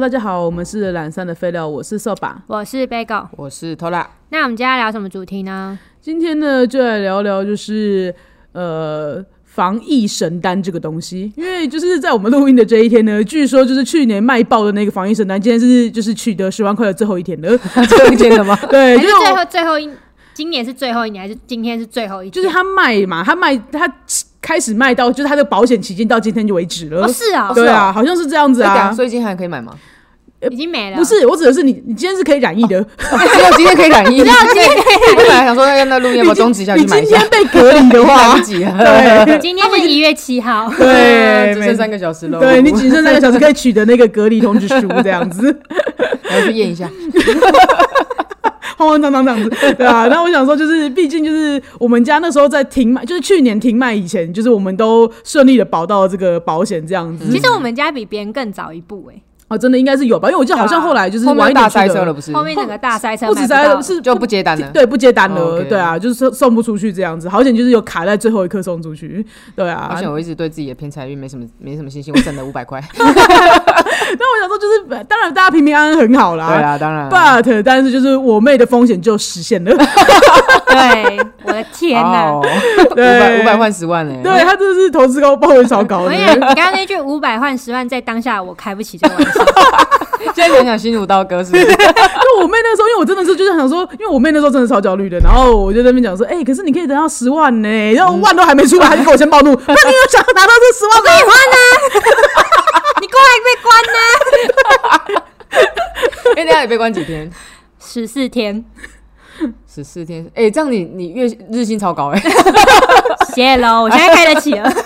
大家好，我们是懒散的废料，我是扫把。我是 Bagel。我是偷啦，那我们今天要聊什么主题呢？今天呢，就来聊聊就是呃防疫神丹这个东西，因为就是在我们录音的这一天呢，据说就是去年卖爆的那个防疫神丹，今天是就是取得十万块的最后一天了。 最后一天了吗？ 对，就还是是最我后最后一，今年是最后一年，还是今天是最后一就天？是他卖嘛，他卖他开始卖到就是他的保险期间到今天就为止了。哦，是啊、对啊，好像是这样子对啊，啊。所以今天还可以买吗？已经没了。不，是，我指的是你，你今天是可以染疫的。哦只有今天可以染 衣。只有今天我本来想说，要那录音要不要终止一下你去买今一下？啊天被隔离 的来话不，及了，对今天是一月七号。对，啊只没剩三个小时了。对你仅剩三个小时可以取得那个隔离通知书，这样子， 我要去验一 下。慌慌张张这样子，对啊。那我想说，就是毕竟就是我们家那时候在停卖，就是去年停卖以前，就是我们都顺利的保到这个保险这样子。其实我们家比别人更早一步哎、哦，真的应该是有吧，因为我记得好像后来就是啊后晚面一大点去塞车了的，不是？后面整个大塞车不止买塞到车，是就不接单了。对不接单了，哦，OK 对啊，就是送送不出去这样子，好险就是有卡在最后一刻送出去，对啊而。且我一直对自己的偏财运没什么没什么信心，我省了五百块。那我想说，就是当然大家平平安安很好 对啦。啊，当然。 But，但是就是我妹的风险就实现了，对，我的天哪！ 哦，啊五百五百换十万欸嘞！对她真的是投资高，报酬超高我 的跟。你讲，你刚刚那句五百换十万，在当下我开不起这个玩笑。现在想想心如刀割，是不是？ 就我妹那时候，因为我真的是就是想说，因为我妹那时候真的超焦虑的，然后我就在那边讲说，哎、可是你可以等到十万呢、然后万都还没出来，她就给我先暴怒，那你有想要拿到这十万吗？你过来被关呢、哎，等下也被关几天？十四天，十四天。哎，这样你你月日薪超高哎，谢喽，我现在开得起了。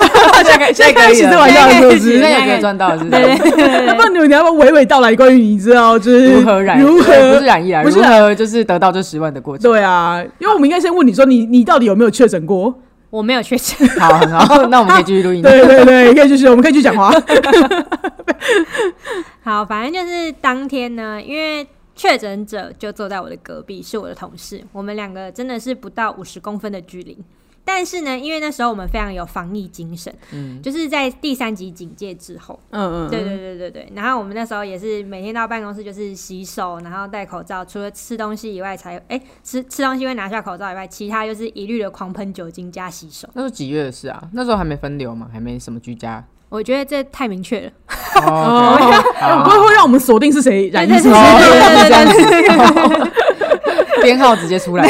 现在 现在开可始以在了玩，笑是不现是？在也可以赚到，是不是对？对 对那不然你你要不要娓娓道来关于你知道就是如何染？如对不是何？染疫啊，不如是何就是得到这十万的过 程？对啊，因为我们应该先问你说你你到底有没有确诊过？我没有确诊，好，很好，那我们可以继续录音。对对对，可以继续，我们可以去讲话。嗯好，反正就是当天呢，因为确诊者就坐在我的隔壁，是我的同事，我们两个真的是不到五十公分的距离。但是呢，因为那时候我们非常有防疫精神，嗯就是在第三级警戒之后，嗯嗯，对对对对对。然后我们那时候也是每天到办公室就是洗手，然后戴口罩，除了吃东西以外才，哎、吃吃东西会拿下口罩以外，其他就是一律的狂喷酒精加洗手。那时候几月的事啊？那时候还没分流嘛，还没什么居家。我觉得这太明确了，哦， 会会哎让我们锁定是谁染疫对是对不是？这样子，编号直接出来。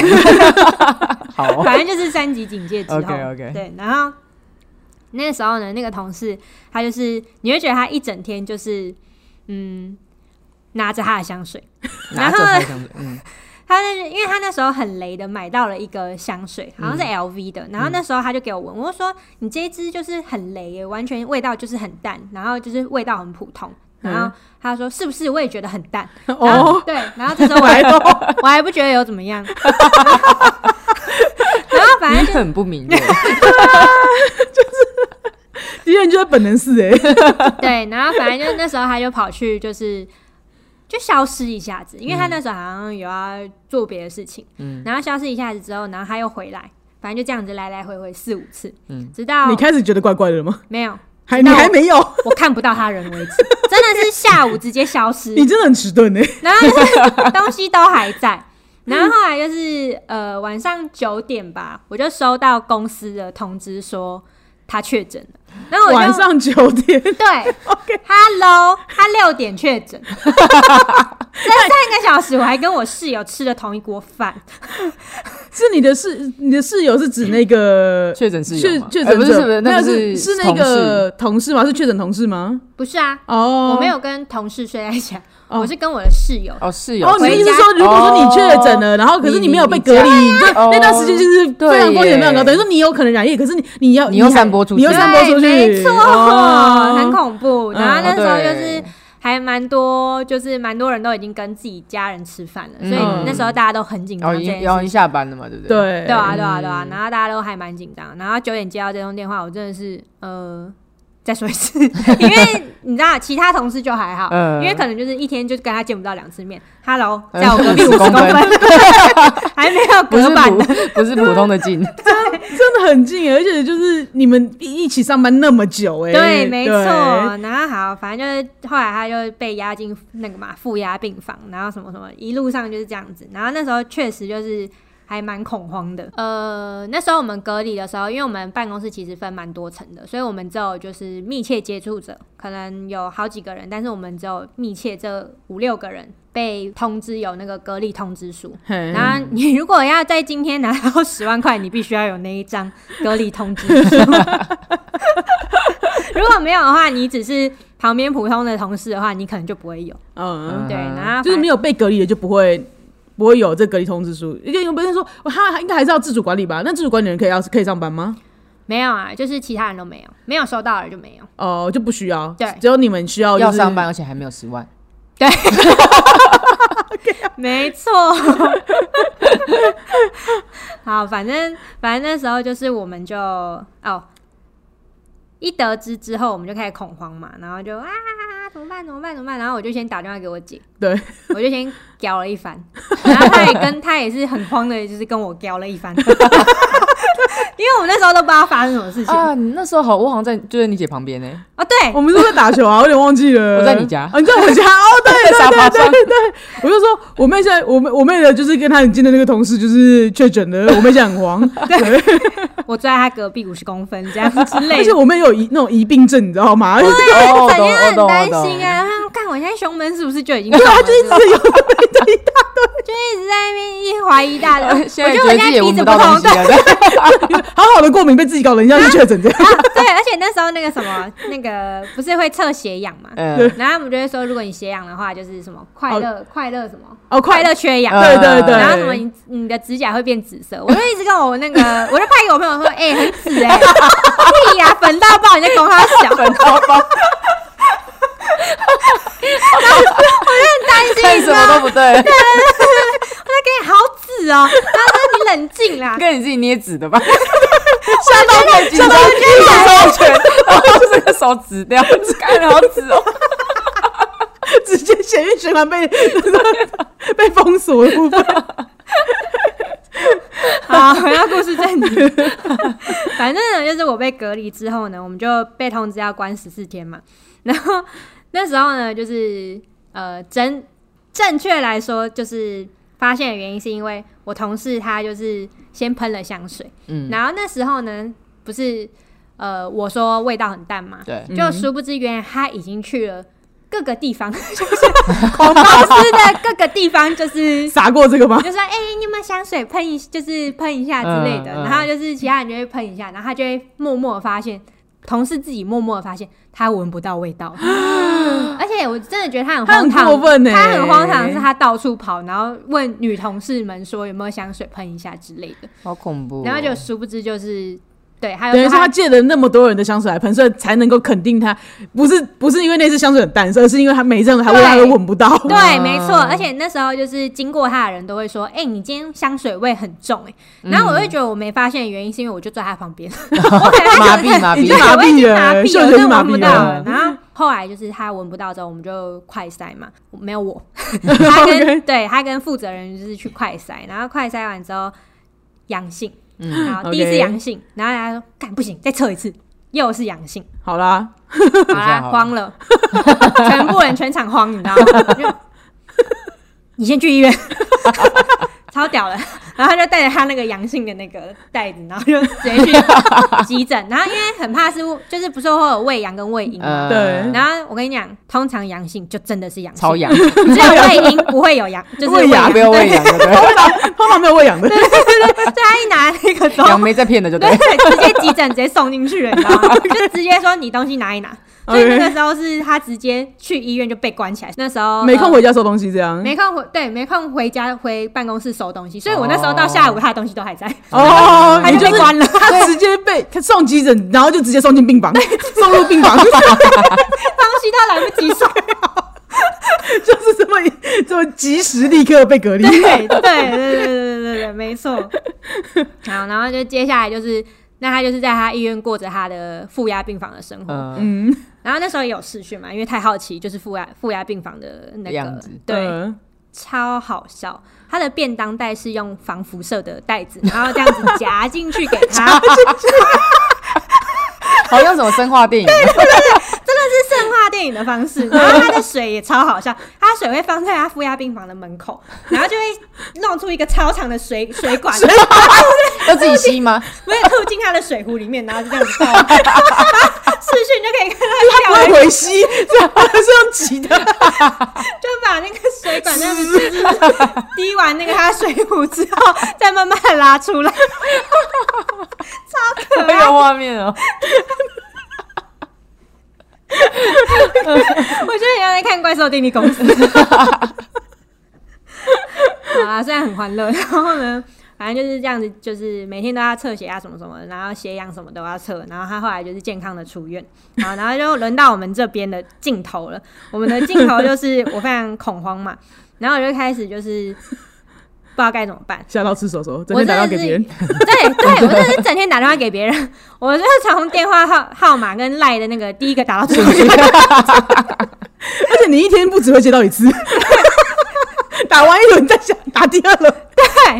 好反正就是三级警戒之后 OK，OK 对，然后那时候呢，那个同事他就是，你会觉得他一整天就是，嗯，拿着他的香水，拿走开箱子，嗯，他那因为他那时候很雷的买到了一个香水，好像是 LV 的，然后那时候他就给我闻，我就说你这一支就是很雷耶，完全味道就是很淡，然后就是味道很普通。然后他说：“是不是？我也觉得很淡。”然后 哦，对，然后这时候我 还来喽。我还不觉得有怎么样。 然后反正你很不明白。敌人就在本能寺哎、欸， 对，然后反正就是那时候他就跑去，就是就消失一下子，因为他那时候好像有要做别的事情，嗯然后消失一下子之后，然后他又回来，反正就这样子来来回回四五次，嗯直到你开始觉得怪怪的了吗？没有，还知你道还没有，我看不到他人 为止，真的是下午直接消失，你真的很迟钝哎、然后就是东西都还在。然后后来就是呃晚上九点吧，我就收到公司的通知说他确诊了，然后我就晚上九 点，对 OK ，Hello，他六点确 诊，这三个小时我还跟我室友吃了同一锅饭，是你的室，你的室友是指那个确诊是嗯确有吗？确哎诊不是不者是，没那有个是是那个同事吗？是确诊同事吗？不是啊，哦，我没有跟同事睡在一起啊，哦我是跟我的室友。哦室友哦，你的意思是说，回如果说你确诊了，然后可是你没有被隔离，哦你就哦那段时间就是非常风险非常高，等对耶于说你有可能染疫，可是你你要你又还散播出去你又散播出去，哎对没错，哦很恐怖。嗯然后那时候就哦是对还蛮多，就是蛮多人都已经跟自己家人吃饭了，所以嗯那时候大家都很紧张哦这已件经事要情。下班了嘛，对不对？对对啊，对啊，对啊，然后大家都还 蛮紧张。然后九点接到这通电话，我真的是呃，再说一次，因为你知道，其他同事就还好，嗯因为可能就是一天就跟他见不到两次面。Hello，在我隔壁五嗯50十公呃公分分，还没有不是隔板的，普不是普通的近，真的很近，而且就是你们一起上班那么久、哎，对，没错对。然后好，反正就是后来他就被押进那个嘛负压病房，然后什么什么，一路上就是这样子。然后那时候确实就是。还蛮恐慌的，呃，那时候我们隔离的时候，因为我们办公室其实分蛮多层的，所以我们只有就是密切接触者，可能有好几个人，但是我们只有密切这五六个人被通知有那个隔离通知书，嘿然后你如果要在今天拿到十万块，你必须要有那一张隔离通知书。如果没有的话，你只是旁边普通的同事的话，你可能就不会有。嗯，对，嗯然后就是没有。有被隔离的就不会。不会有这隔离通知书，因为有别人说他他应该还是要自主管理吧？那自主管理人可以要可以上班吗？没有啊，就是其他人都没有，没有收到的就没有。哦、就不需要，对只有你们需哦要、就是、要上班，而且还没有十万，没错。好，反正反正那时候就是我们就哦，一得知之后我们就开始恐慌嘛，然后就啊怎么办怎么办怎么办，然后我就先打电话给我姐， 对，我就先屌了一番，然后他也跟他也是很慌的，就是跟我屌了一番，因 为我们那时候都不知道发生什么事情啊、啊，你那时候好，我好像在就在你姐旁边呢，对，我们是不是在打球啊？我有点忘记了。我在你家啊，你在我家哦，对在沙发上，我就说我妹现在，我妹我妹的就是跟她很近的那个同事就是确诊了，我妹现在很 慌，我坐在他隔壁五十公分这样之类而且的。我妹有疑那种疑病症，你知道吗？就是哦，我怎懂，样我很懂，担我懂啊心。啊！他说看我现在胸闷是不是就已经对，他就一直有一直在那边一怀疑大的，我呃现在觉觉得我得现在自己也鼻闻子不到通东，西啊对了，对好好的过敏被自己搞人家去确诊这样， 啊，对，而且那时候那个什么，那个不是会测血氧嘛？嗯，然后我们就会说，如果你血氧的话，就是什么哦快乐快乐什么哦，快，乐缺氧，呃对对对，然后什么你你的指甲会变紫色，我 就一直跟我那个，我就拍给我朋友说，哎、很紫哎、屁呀、粉到爆，你在拱他小，我就很高 包，很担心，看你知什道么吗？都不对，我就给你好紫哦、他说你冷静啦，跟你自己捏纸的吧，吓到太紧张，一手收拳，然后这个手指掉，看着好指哦， 直接血液循环 被 被封锁的部分， 好，回到故事正题。 反正呢，就是我被隔离之后呢，我们就被通知要关十四天嘛。然后那时候呢，就是呃，正正确来说，就是发现的原因是因为我同事他就是先喷了香水，嗯然后那时候呢，不是呃，我说味道很淡嘛，对，就殊不知原来他已经去了。各个地方， 就是我公司的各个地方，就是撒过这个 吗？就说：“哎、你有没有香水喷一，就是喷一下之类的。嗯嗯然后就是其他人就会喷一下，然后他就会默默地发现，同事自己默默的发现他闻不到味 道。而且我真的觉得他很荒唐，他很过分欸他很荒唐，是他到处跑，然后问女同事们说有没有香水喷一下之类的，好恐怖哦，然后就殊不知就是对，还有等于说他他借了那么多人的香水来喷，所以才能够肯定他不是不是因为那支香水很淡色，而是因为他每一阵他味对他都闻不到。对，没错，而且那时候就是经过他的人都会说：“哎、你今天香水味很重。”哎，然后我会觉得我没发现的原因是因为我就坐在他旁边，我可能麻痹麻已已经经痹，麻哎麻痹痹了了，嗅嗅觉觉是是麻麻痹痹了了。然后后来就是他闻不到之后，我们就快筛嘛，没有我， 他跟对他跟负责人就是去快筛，然后快筛完之后阳性，嗯然后第一次 OK 阳性，然后他说干不行，再测一次。又是阳性，好啦，好一下啦，好了慌了， 全部人全场慌，你知道吗？就你先去医院， 超屌了。然后他就带着他那个阳性的那个袋子，然后就 直接去急诊。然后因为很怕是，就是不是会有胃阳跟胃阴嘛。呃对然后我跟你讲，通常阳性就真的是阳性，超痒，只有胃阴不会有阳，就是胃胃阳阳。不要喂养，对不对？通常没有喂养的，对， 他一拿那 个之后杨，梅在骗的，就对对，。直接急诊直接送进去了，你知道吗？就直接说你东西拿一拿。所以那个时候是他直接去医院就被关起来，那时候没空回。回家收东西这样。没空回，对，没空回家回办公室收东西，所以我那时候到下午，他的东西都还在，哦，他你就就被是关了。他直接被他送急诊，然后就直接送进病房，送入病 房，东西都来不及收。 就是这么这么及时立刻被隔离。对对对对对对对，没错。好，然后就接下来就是。那他就是在他医院过着他的负压病房的生活。嗯，嗯，然后那时候也有试训嘛，因为太好奇，就是负压负压病房的那样个子，对，呃超好笑。他的便当袋是用防辐射的袋子，然后这样子夹进去给 他，这好像什么生化电影，是圣化电影的方 式。然后他的水也超好笑，他的水会放在他负压病房的门口，然后就会弄出一个超长的 水水管，要自己吸吗？没有吐进他的水壶里面，然后就这样子倒。 然后视讯就可以看他不到他会跳，回吸，这样是用挤的，就把那个水管这样子滋滋滋 滴完那个他水壶之后，再慢慢地拉出来，超可很爱有。画面哦， 我觉得你要在看《怪兽电力公 司》好啊，虽然很欢乐，然后呢，反正就是这样子，就是每天都要测血压什么什么的，然后血氧什么都要测，然后他后来就是健康的出院，好，然后就轮到我们这边的镜头了。我们的镜头就是我非常恐慌嘛，然后我就开始就是不知道该怎么办，吓到吃手手，整我天真打到的给是，别人，对对，我真的是整天打电话给别人，我就是从电话号号码跟赖的那个第一个打到最后一个。而且你一天不只会接到一次，打完一轮再想打第二轮，对，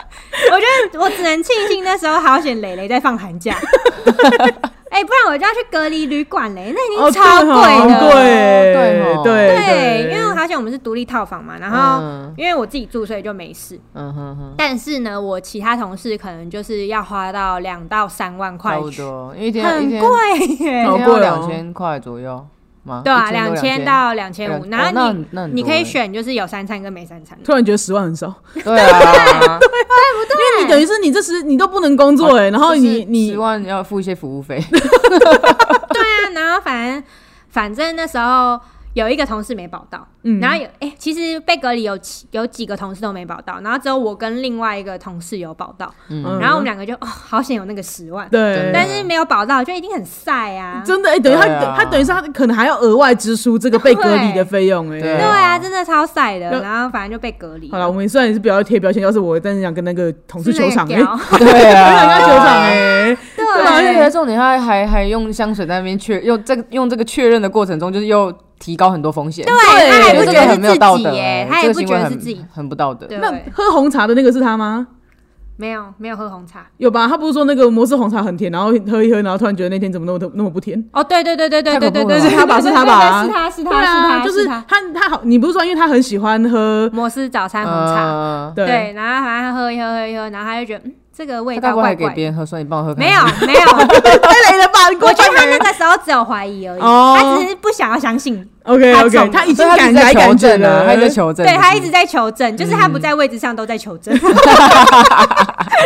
我觉得我只能庆幸那时候好险磊磊在放寒 假，哎、不然我就要去隔离旅馆嘞，那哦，已经超贵对哦的。对啊对哦对对，因为好险我们是独立套房嘛，然后嗯因为我自己住，所以就没事。嗯哼哼，但是呢，我其他同事可能就是要花到两到三万块差，不多，因为一天一很天贵耶。好一天贵哦要两千块左右吗？对啊，一千多两千到两千五，哦然那后很你、那很多你可欸以选，就是有三餐跟没三餐。突然觉得十万很少，对 啊，因为你等于是你这时你都不能工作哎，然后你你十万要付一些服务 费，对啊，然后反正反正那时候有一个同事没保到，嗯然后有哎、诶其实被隔离有几有几个同事都没保到，然后只有我跟另外一个同事有保到，嗯然后我们两个就哦，好险有那个十万，对，但是没有保到就一定很晒啊。真的哎，等于他对啊他等于是他可能还要额外支出这个被隔离的费用对对哎。啊，真的超晒的那，然后反正就被隔离。好了，我们虽然是不要贴标签，要是我真的想跟那个同事是球那个场哎，屌对我想跟他啊，球场哎，对啊，而且哦对，重点他还还用香水在那边确用这个用这个确认的过程中，就是又提高很多风险，对啊他也我不觉觉得这个得很没有是道自德己耶欸，，他这也个不行觉为得是很自己，很不道德。对，那喝红茶的那个是他吗？没有没有喝红茶。有吧？他不是说那个摩斯红茶很甜，然后喝一喝，然后突然觉得那天怎么那么那么不甜？哦，对对对对对太对恐对怖了对，吧对是他吧对是他对吧对是他是对他是啊，他，就是他他他好，你不是说因为他很喜欢喝摩斯早餐红茶。嗯，对对，然后反正他喝一喝喝一喝，然后他就觉得嗯，这个味他该道不会怪还给怪别的。人喝，说你帮我喝看看？没有没有，我太雷了吧？你给觉得他看那个时候只有怀疑而已，哦他只是不想要相信， OK 他 OK，中他已所经以他敢一直在来求敢去证啊，了，他一直在求证，对他是一不直是在求证，就是他不在位置上都在求证，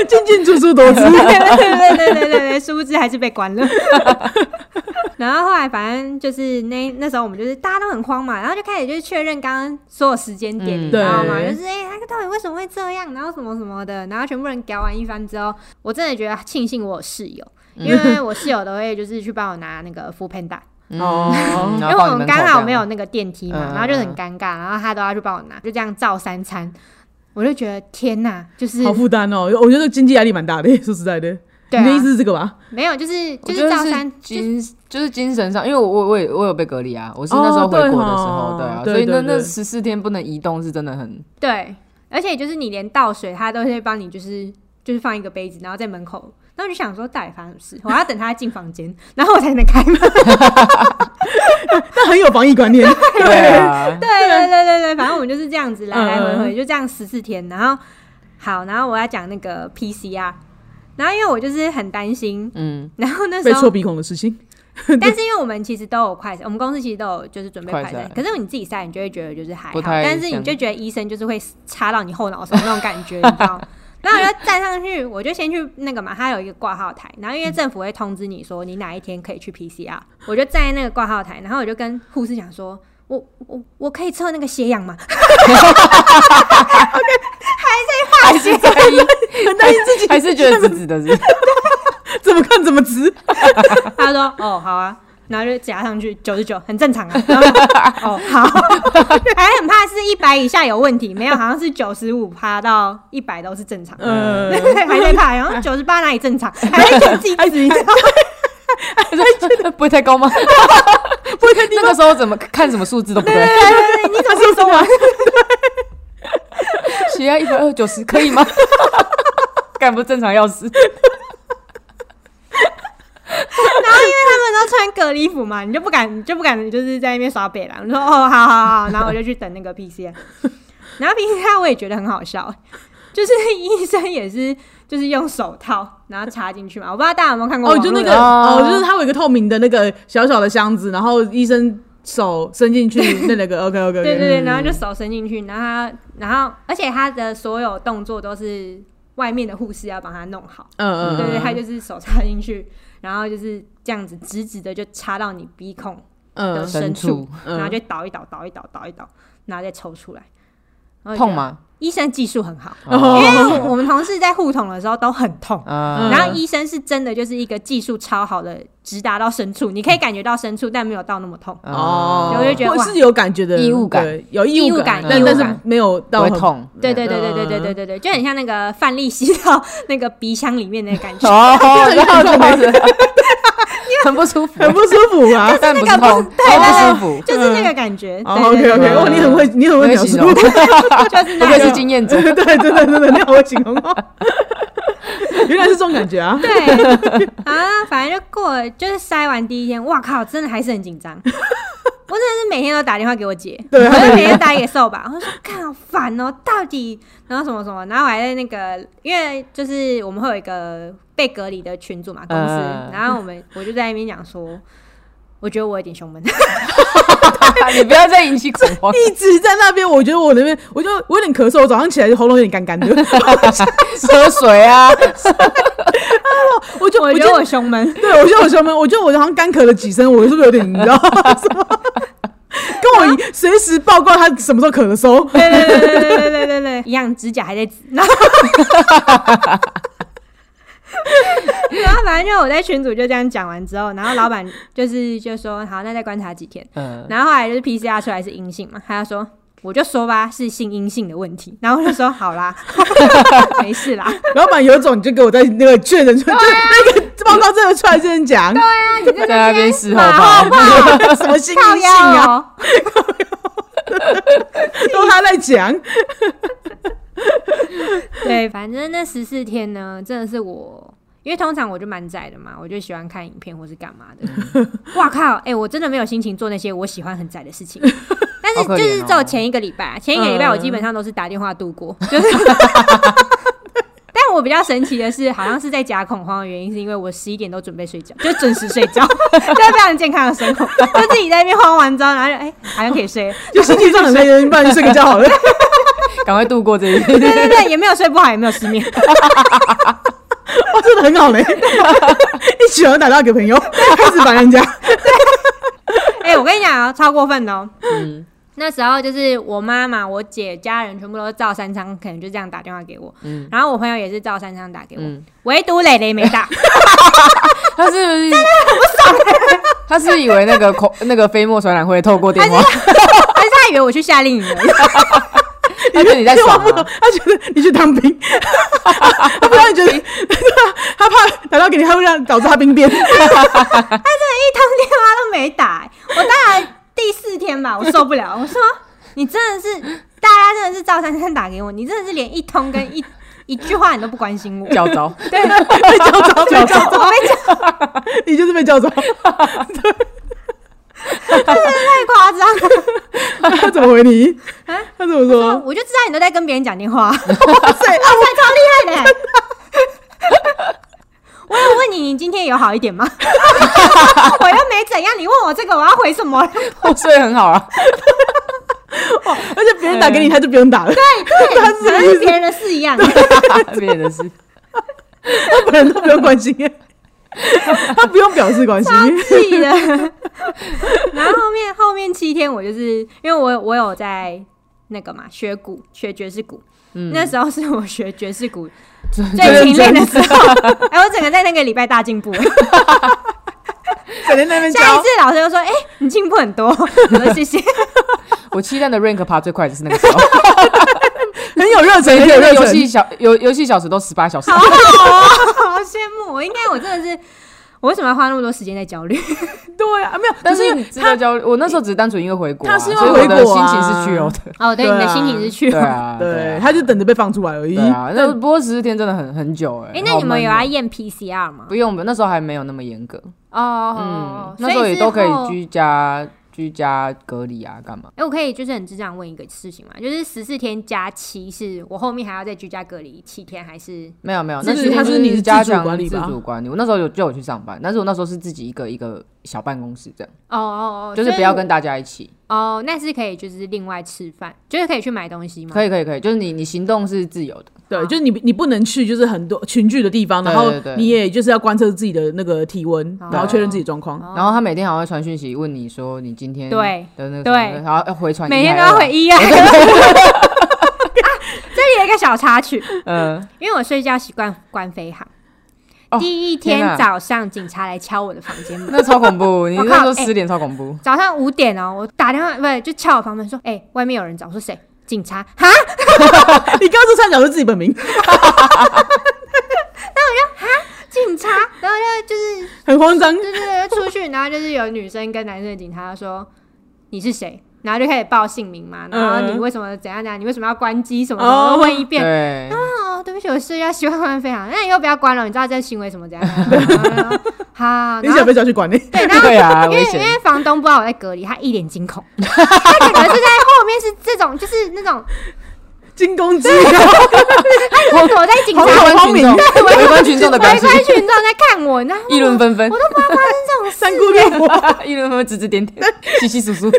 进进出出 多次。对对对对对对，殊不知还是被关了。然后后来反正就是那那时候我们就是大家都很慌嘛，然后就开始就是确认刚刚所有时间点，嗯你知道吗？对就是哎、那个到底为什么会这样，然后什么什么的，然后全部人聊完一番之后，我真的觉得庆幸我有室友。因为我室友都会就是去帮我拿那个 f 喷 d 哦嗯因然为后我放你们门口刚这好样没有那个电梯嘛，嗯然后就很尴尬，然后他都要去帮我拿，就这样照三餐，我就觉得天哪，就是好负担哦，我觉得经济压力蛮大的。说实在的，对、你的意啊，思是这个吧？没有就是我就觉是得照是三，就是精就是精神上，因为我我我也我有被隔离啊，我是那时候哦回对国的时吼候，对啊，对所以那对对那十四天不能移动是真 的很对，而且就是你连倒水，他都会帮你，就是就是放一个杯子，然后在门口。然后我就想说，到底发生什么事？我要等他进房间，然后我才能开门。 那很有防疫观念。对啊，对对对对对，反正我们就是这样子来来回嗯回，就这样十四天。然后好，然后我要讲那个 PCR，然后因为我就是很担心， 嗯，然后 那被时戳候，鼻孔的事情， 但是因为我们其实都有快筛，我们公司其实都有就是准备快快筛筛，可是你自己筛，你就会觉得就是还不好，太但是像你就觉得医生就是会插到你后脑勺那种感觉，你知 道吗？然后我就站上去，我就先去那个嘛，它有一个挂号台，然后因为政府会通知你说你哪一天可以去 PCR，我就站在那个挂号台，然后我就跟护士讲说，我我我可以测那个血氧吗？还是在意，很担心自己还是觉得直直的是不是， 怎么看怎么直。他说：“哦，好啊。”然后就加上去九十九，很正常啊。然后 哦，好，还很怕是一百以下有问题，没有，好像是九十五趴到一百都是正常的，嗯呃， 还在怕，然后九十八哪里正常，还 在觉得自己自己 不会太高 吗？不会太低。那个时候怎么看什么数字都不对，啊你怎么说啊说完？血压一百二九十可以吗？ 干不正常要死，然后因为他们都穿隔离服嘛，你就不敢，你就不敢，就是在那边耍北狼。你说哦，好好好，然后我就去等那个 PCR。然后 PCR 我也觉得很好笑，就是医生也是就是用手套，然后插进去嘛。我不知道大家有没有看过哦，网络就的，那个哦哦，就是它有一个透明的那个小小的箱子，然后医生手伸进去那那个 OK OK，对对对，然后就手伸进去，然后他然后而且他的所有动作都是外面的护士要帮他弄好。嗯嗯，对对，嗯他就是手插进去，然后就是这样子直直的就插到你鼻孔的嗯深处，嗯然后就倒一倒，倒一倒，倒一倒，然后再抽出来。然后就痛？吗？医生技术很好，因哦为我们同事在护筒的时候都很痛，啊嗯然后医生是真的就是一个技术超好的，直达到深处，你可以感觉到深处，但没有到那么痛。嗯哦，我就觉得我哇是有感觉的异物感对有异异物物感但异物但感是没有不到会很痛。嗯对对对对对对对对对，就很像那个范例吸到那个鼻腔里面那个感 觉。哦，这个然后很就痛开始 很不舒服，很不舒服 啊。但不是那个痛，对但不舒服。就是那个感觉，哦，OK 对对对 OK，对哦，你很会，你很会会描形述，容，不就是那愧哦是个经验 者。对，真的真的，你很会形容哦。 原来是这种感觉 啊！对啊，反正就过了，就是筛完第一天，哇靠，真的还是很紧张。我真的是每天都打电话给我姐，我对啊就每天打给瘦吧。我说看好烦哦，到底然后什么什么，然后我还在那个，因为就是我们会有一个被隔离的群组嘛，公司，嗯然后我们我就在那边讲说，我觉得我有点胸闷，你不要再引起恐慌，一直在那边，我觉得我那边，我就我有点咳嗽，我早上起来就喉咙有点干干的， 喝水啊，我就我觉觉得得我胸闷，对，我觉得我胸闷，我觉得我好像干咳了几声，我是不是有点你知道什么？ 跟我啊一随时报告他什么时候咳嗽，对对对对对对对对对，一样指甲还在指，然后。然后反正就我在群组就这样讲完之后，然后老板就是就说好，那再观察几天。嗯，然后后来就是 PCR 出来是阴性嘛，他就说我就说吧，是性阴性的问题。然后我就说好啦，没事啦。老板有种你就给我在那个确认出，就啊那个报告真的出来真的讲，在那边伺候马后吧。什么新靠性腰啊，哦，都他在讲， 对，反正那十四天呢，真的是我，因为通常我就蛮宅的嘛，我就喜欢看影片或是干嘛的。嗯 哇靠，哎、我真的没有心情做那些我喜欢很宅的事 情。但是好可就怜是哦嗯只有前一个礼拜，前一个礼拜我基本上都是打电话度过，就是。 但我比较神奇的是，好像是在假恐慌的原因，是因为我十一点都准备睡觉，就准时睡觉， 就是非常健康的生活。就自己在那边慌完之后，然后就哎、好像可以 睡了，就心情上很累，不然就睡个觉好了。赶快度过这一对 天。对对，也没有睡不好，也没有失眠。哇，真的很好嘞！一起要打电话给朋友，开始烦人家。 哎、我跟你讲哦，超过分的哦。嗯 那时候就是我妈妈、我姐家人全部都是照三仓，可能就这样打电话给我。嗯然后我朋友也是照三仓打给我，嗯，唯独蕾蕾没 打。他是不是？他是以为那个恐那个飞沫传染会透 过电话，但是他以为我去夏令营了，哎 他觉得你在电话爽不懂，啊。他觉得你去当兵，他不然觉得，对啊他怕打电话给你，他会让导致他兵变。一通电话都没打、哎我当然第四天吧，我受不了，我说你真的是，大家真的是照三仓打给我，你真的是连一通跟一一句话你都不关心我。较招，对， 被叫着，被叫我着，被讲你就是被叫着，太夸张了。他怎么回你？啊他怎么说说？我就知道你都在跟别人讲电话，哇塞，塞超厉害的欸。我有问你，你今天有好一点吗？我又没怎样，你问我这个，我要回什么？我睡很好啊。而且别人打给嗯你，他就不用打了，对对，他是好像是别人的事一样。对别人的事，他本人都不用关心， 他不用表示关心。气的。然后后面后面七天，我就是因为我我有在那个嘛学鼓学爵士鼓，那时候是我学爵士鼓最最勤认练真的时候。哎，我整个在那个礼拜大进步。整天在那 边下一教次。老师就说：“哎、你进步很多。”我说：“谢谢。我期待的 rank 爬最快的是那个时候，很有热忱，每很有天热游忱戏。小游游戏小时都十八小时，”哦 好羡慕！我应该，我真的是，我为什么要花那么多时间在焦虑？ 对啊，没有，但可是是你知道焦虑，我那时候只是单纯因为回国他啊，是因为所以我的回国心啊情是虚 荣的，哦，对，对啊你的心情是去对。啊，对，啊他就等着被放出来而已对。啊，那不过十四天真的很很久哎。哎、那你好闷们哦有要？验 PCR 吗不？用，我们那时候还没有那么严格，嗯哦，那时候也都可以去。居家居家隔离啊，干嘛？哎、我可以就是很智障问一个事情嘛，就是十四天加七，是我后面还要再居家隔离七天，还是没有没有，自那己时候它是你是自主加强管理自吧主管理。我那时候有就有去上班，但是我那时候是自己一个一个小办公室这样，哦哦哦，就是所以不要跟大家一起。哦，那是可以就是另外吃饭，就是可以去买东西吗？可以可以可以，就是你你行动是自由的，对，就是你你不能去就是很多群聚的地方，对然后对对你也就是要观测自己的那个体温，哦然后确认自己状况。哦然后他每天好像会传讯息问你说你今天对的那个对什么然后要回传一每天都还二要回医 院。啊这里有一个小插曲，嗯因为我睡觉习惯关飞航。哦第一天天哪早上，警察来敲我的房间门，那超恐怖，你我靠那时候哎失联超恐怖，早上五点哦，我打电话不是就敲我房门说，哎、外面有人找，我说谁？警察 哈，你刚刚说差点讲出自己本名，警察，然后就就是很慌张。就是出去，然后就是有女生跟男生的警察说你是谁，然后就开始报姓名嘛，然后你为什么怎样怎样，你为什么要关机什么什么哦都问一遍，对，哦，对不起，我睡觉习惯关飞航，那你又不要关了，你知道这行为什么怎样？怎样怎样好，你然想后被叫去管理？对，然后对啊因为危险因为房东不知道我在隔离，他一脸惊恐， 他可能是在后面是这种，就是那种惊弓之啊他躲在警察围观群众，围观群众的表围情，观群众在看我，然后议论纷纷我，都不知道发生这种三姑六婆， 议论纷纷，指指点点，稀稀疏疏，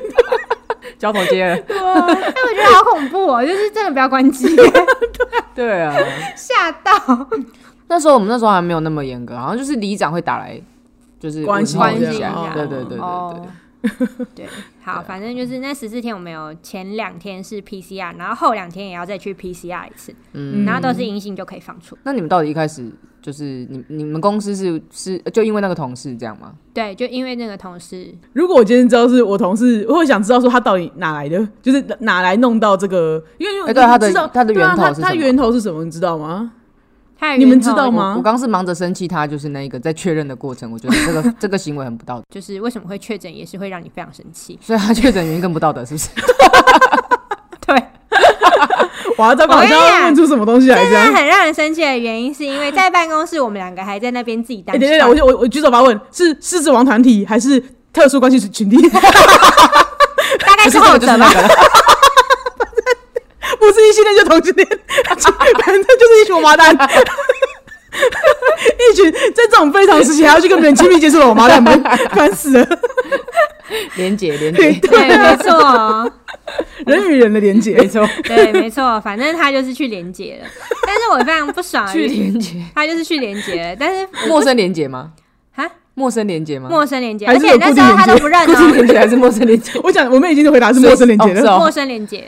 交头接耳，事，哎，我觉得好恐怖哦，就是真的不要关机，对啊。吓到那时候我们那时候还没有那么严格，好像就是里长会打来，就是关心问候关心一一下下，对对对对对哦。 对，好，反正就是那十四天，我们有前两天是 PCR，然后后两天也要再去 PCR 一次，嗯然后都是阴性就可以放出。那你们到底一开始就是你你们公司是是就因为那个同事这样吗？对，就因为那个同事，如果我今天知道是我同事，我会想知道说他到底哪来的，就是哪来弄到这个，因为因为哎对他的你知道他的源头对啊是什他他么源头是什么，你知道吗？ 他有你们源头知道我吗我刚是忙着生气他，就是那一个在确认的过程，我觉得这个这个行为很不道德，就是为什么会确诊，也是会让你非常生气。 所以他确诊原因更不道德，是不是？对，哇，糟糕，我好跟你像讲要问出什么东西来这真样的。很让人生气的原因，是因为在办公室，我们两个还在那边自己哎、单等等等，我就我我举手发问，是狮子王团体还是特殊关系群体？ 大概不是这后个就是者那吧。个了，不是异性恋就同性恋， 反正就是一群王八蛋， 一群在这种非常时期还要去跟别人亲密接触的王八蛋 们，烦死了！连姐连姐，对，没错，人与人的连接哎没，错，对，没错，反正他就是去连接了。但是我非常不爽，去连姐，他就是去连接了，但是 陌生连姐吗？啊，陌生连姐吗？陌生连接，还而是且有那 固时定候他连都接不认固定哦，连姐还是陌生连姐？我讲我们已经回答是陌生连接所以了，哦陌是哦，生连接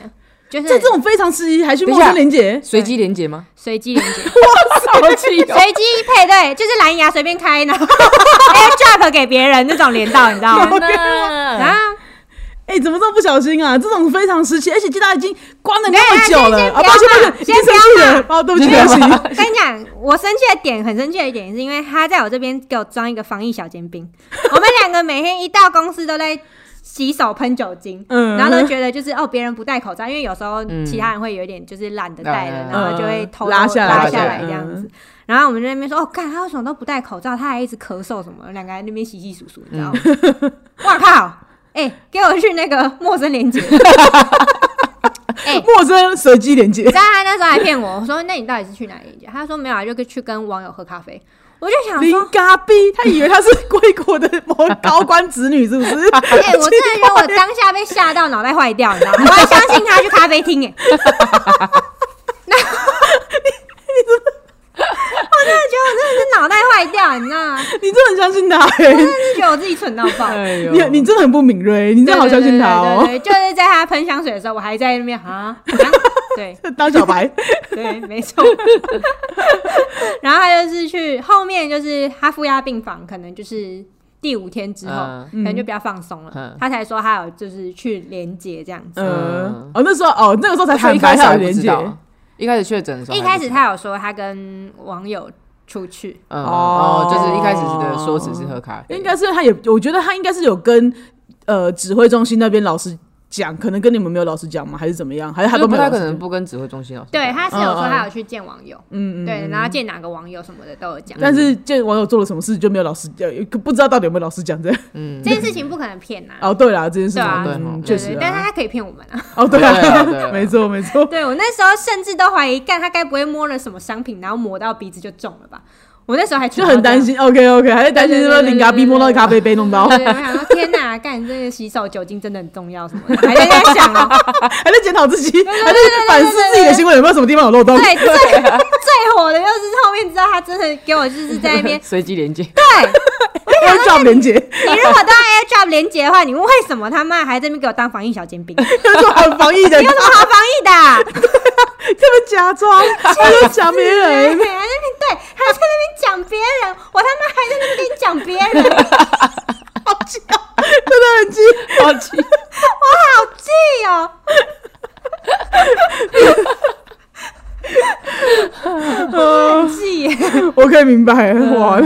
就是在这种非常时期还去等一陌下生连 接，随机连姐吗？随机连 接，好气哦！随机配对，就是蓝牙随便开，然后 AirDrop 给别人那种连到，你知道哦 吗？然哪！后哎、怎么这么不小心啊？这这种非常时期，而且记得他已经关了那对么啊哎久先了先啊！不抱歉要抱骂歉，已经先不生要气骂了，哦，对不起你对不不要骂起， 跟你讲，我生气的点很生气的一点，是因为他在我这边给我装一个防疫小尖 兵。我们两个每天一到公司都在洗手喷酒精，嗯然后都觉得就是哦，别人不戴口罩，因为有时候嗯其他人会有一点就是懒得戴了，嗯然后就会偷偷拉下来拉下来嗯这样子。然后我们就在那边说，哦，看他为什么都不戴口罩，他还一直咳嗽什么，两个人在那边洗洗簌簌，你知道吗？嗯 哇靠！哎、给我去那个陌生 连接。哎、陌生随机连你接知，道他那时候还骗我，我说那你到底是去哪里演讲？他说没有啊，就去跟网友喝咖啡。我就想林说，嘎逼，他以为他是贵国的某高官子女，是不是？哎、我真的觉得我当下被吓到，脑袋坏掉，你知道吗？我还相信他去咖啡厅，哎，我真的觉得我真的是脑袋坏掉，你知道吗？ 你真的很相信他、欸？真的觉得我自己蠢到爆。哎呦，你你真的很不敏锐，嗯你真的好相信他哦、对对对对对就是在他喷香水的时候，我还在那边啊，啊对，当小 白，对，没错。 然后他就是去后面，就是他负压病房，可能就是第五天之后，嗯可能就比较放松了。嗯他才说他有就是去连接这样子。嗯嗯，哦，那时候哦，那个时候才所坦以一白开始还还有不连知接道，一开始确诊的时候一还不开始知道，他有说他跟网友出去，嗯哦哦，就是一开始的说辞是喝咖啡，应该是他也，我觉得他应该是有跟呃指挥中心那边老师讲，可能跟你们没有老师讲吗？还是怎么样？还是他就都是不没有太老可师讲？能嗯不跟指挥中心老师对，讲，他是有说嗯嗯他有去见网友，嗯嗯，对，然后见哪个网友什么的都有讲。但是见网友做了什么事就没有老师，呃，不知道到底有没有老师讲这样。嗯这，件事情不可能骗呐、哦，对啦，这件事对啊情对嗯哦确实对，但是啊，他可以骗我们啊！ 哦，对对啊啊对，啊，没错没错，对我那时候甚至都怀疑，干他该不会摸了什么商品，然后抹到鼻子就中了吧？我那时候还蠢就到很这样担。心。OK 哦 OK，还是担心对是对不是对零咖对逼对摸到对咖啡杯弄到，对，我想说，天哪，干这个洗手酒精真的很重要什么的，还在那边想哦。 还在检讨自己，还在反思自己的行为有没有什么地方有漏洞。对，最最火的又是后面知道他真的给我就是在 那边随机连接，对 要照连接，你如果到 AirDrop 连接的话，你为什么他妈还在那边给我当防疫 小尖兵？你有他说很防疫的，他什么好防疫的啊、们假 装，他们讲别对，还在那人，边 对，还在那边讲别人，我他妈还在那边跟你讲别 人，好气哦，真的很气。好奇，我好气哦！我很气耶， 我可以明白，嗯哇，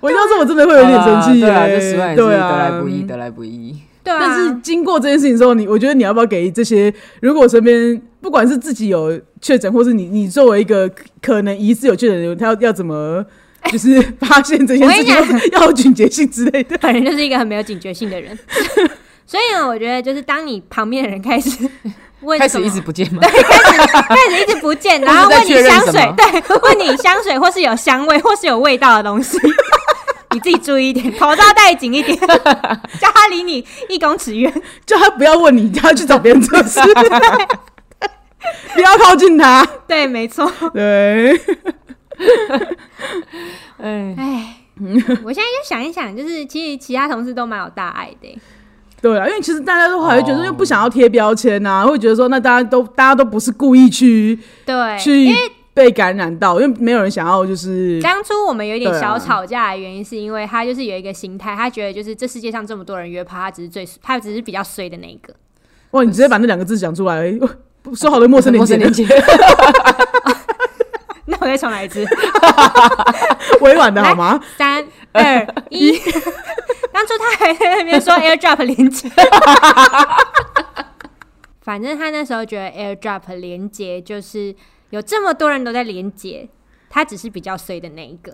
我要是我真的会有点生气耶对啊，这十万也是对得啊来不易，得来不易，对啊，但是经过这件事情之后，你我觉得你要不要给这些，如果身边不管是自己有确诊，或是你你作为一个可可能疑似有确诊的人，他要要怎 么就是发现这件事情，我或跟你讲是要有警觉性之类的？本人就是一个很没有警觉性的人，所以呢，我觉得就是当你旁边的人开始问开什始么一直不见吗？开始一直不见，然 后或问是在你确认香什水 么，对，问你香水或是有香味或是有味道的东西，你自己注意一点，口罩戴紧一点， 叫他离你一公尺远。叫他不要问你，叫他去找别人测 试， 不要靠近他。对，没错。对，哎，哎， 我现在就想一想，就是其实其他同事都蛮有大爱的、欸对啊，因为其实大家都还会觉得，哦又不想要贴标签啊，会觉得说，那大家都大家都不是故意去对，去因为。被感染到，因为没有人想要就是当初我们有一点对啊小吵架的原因，是因为他就是有一个心态，他觉得就是这世界上这么多人约炮，他只是最他只是比较衰的那一 个。哇，你直接把那两个字讲出来而已，说好的陌生连陌接生呢连，接，那我再重来一次， 委婉的好吗？ 三二一。 当初他还在那边说 AirDrop 连接， 反正他那时候觉得 AirDrop 连接就是有这么多人都在连接，他只是比较衰的那一个，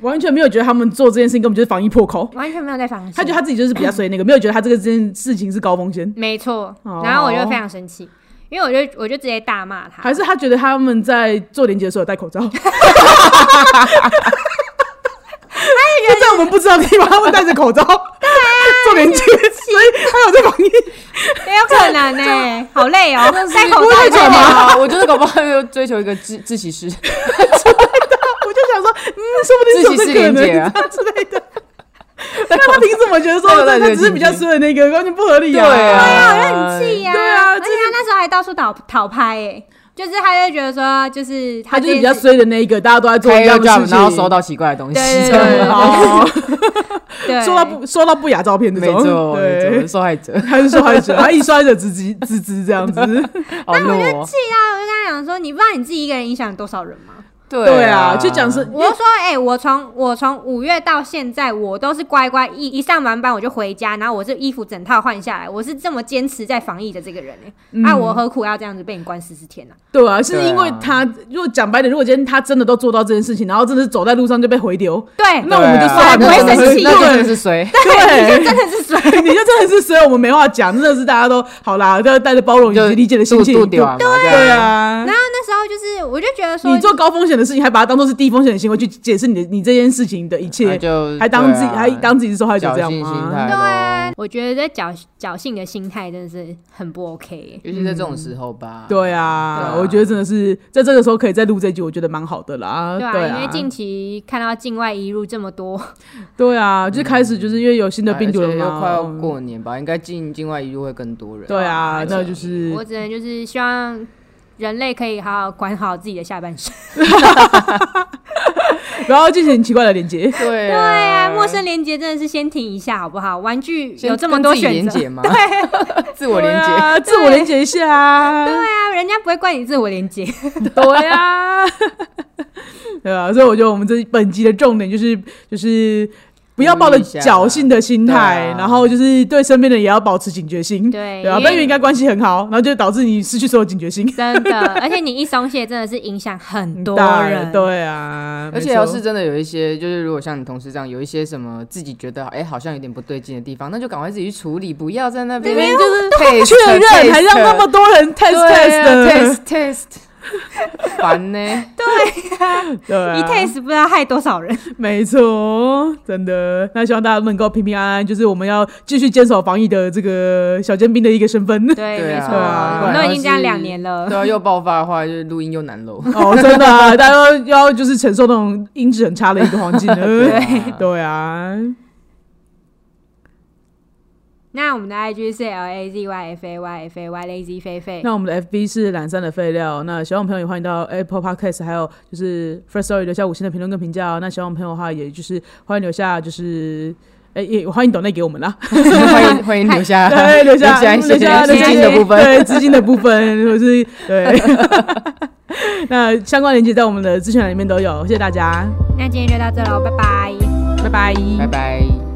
完全没有觉得他们做这件事情根本就是防疫破口，完全没有在防心。他觉得他自己就是比较随那个，没有觉得他这个这件事情是高风险，没错，哦然后我就非常生气，因为我就我就直接大骂他，还是他觉得他们在做连接的时候有戴 口罩？ 就在我们不知道的地方，他们戴着口罩啊做连接，所以他有在防疫。没有可能呢、好累哦，戴口不罩会太之后久吗啊，我觉得搞不好又追求一个自自习室，我就想说，嗯，说不定是有这可自己是连接能、啊这样之类 的。那他凭什么觉得说这个他在这个只是比较衰的那个，完全不合理啊？对啊对啊，我就很气呀、对啊而且他那时候还到处讨讨拍、欸，就是他就觉得说，就是他就是这比较件事衰的那一个，大家都在做开一样 AirDrop，的事情，然后收到奇怪的东西， 对对对 对哦，对，收到不收到不雅照片这没种，错，没 对错，，受 害者，他是受害者，他一受害者直直直直这样子，啊好弱哦，气啊！我就跟他讲说，你不知道你自己一个人影响多少人吗？对啊，就讲是，我就说，哎、我从我从五月到现在，我都是乖乖一一上完班我就回家，然后我这衣服整套换下来，我是这么坚持在防疫的这个人、欸，嗯啊，我何苦要这样子被你关十四天呢、对啊，是因为他如果讲白点，如果今天他真的都做到这件事情，然后真的是走在路上就被回丢， 对，那我们就对啊算了，我也不会生气那就真的对是 谁？你就对。真的是衰。你就真的是，所以我们没话讲，真的是大家都好啦，都要带着包容以就及理解的心情度度。掉嗯对对，啊 然，后那时候就是，我就觉得说，你做高风险的事情，还把它当做是低风险的行为去解释你的你这件事情的一那切，就还当自己对啊还当自己是受害者侥这样幸心吗？态对啊咯，，我觉得侥侥幸的心态真的是很不 OK 欸、尤其在这种时候吧，对啊，对啊我觉得真的是在这个时候可以再录这一集，我觉得蛮好的啦。对对啊，因为近期看到境外移入这么多，对啊，就是开始就是因为有新的而且病毒了又嘛，快要嗯过年吧，应该进境外一路会更多人，对啊而，且那就是我只能就是希望人类可以好好管好自己的下半身。不要进行奇怪的连接。对对啊，陌生连接真的是先停一下好不好？玩具有这么多选连择，接吗？对， 自我 连对接。啊，自我连接一下对啊。啊，人家不会怪你自我连接。对啊，对啊，所以我觉得我们这本集的重点就是就是。不要抱着鼓励一下侥幸的心态对，啊然后就是对身边的人也要保持警觉性，对对啊，因为不然应该关系很好，然后就导致你失去所有警觉性， 真的，而且你一松懈，真的是影响很多当然人。 对啊，而且没错要是真的有一些，就是如果像你同事这样，有一些什么自己觉得哎、好像有点不对劲的地方，那就赶快自己去处理，不要在那边就是确认还让那么多人 test 啊 test 的 test test，烦 呢、对啊一 test 不知道害多少人。没错，真的。那希望大家都能够平平安安，就是我们要继续坚守防疫的这个小尖兵的一个身份。 对，对没啊错，我们对啊都已经这样两年了对。啊，又爆发的话，就是录音又 难录。哦，真的、啊， 大家都要就是承受那种音质很差的一个环 境了。啊对啊，那我们的 IG 是 L A Z Y F A Y F A Y Lazy 菲菲。那我们的 FB 是懒散的废料。那喜欢我们朋友也欢迎到 Apple Podcast，还有就是 First Story 留下五星的评论跟评价、哦。那喜欢我们朋友的话，也就是欢迎留下就是。哎、也欢迎抖内给我们啦，欢迎欢迎留 下，对，留下一些留下资留下金的部分。对资金的部分，或 是对。 那相关链接在我们的资讯栏里面都有，谢谢大家，那今天就到这喽，拜拜。拜拜，拜拜。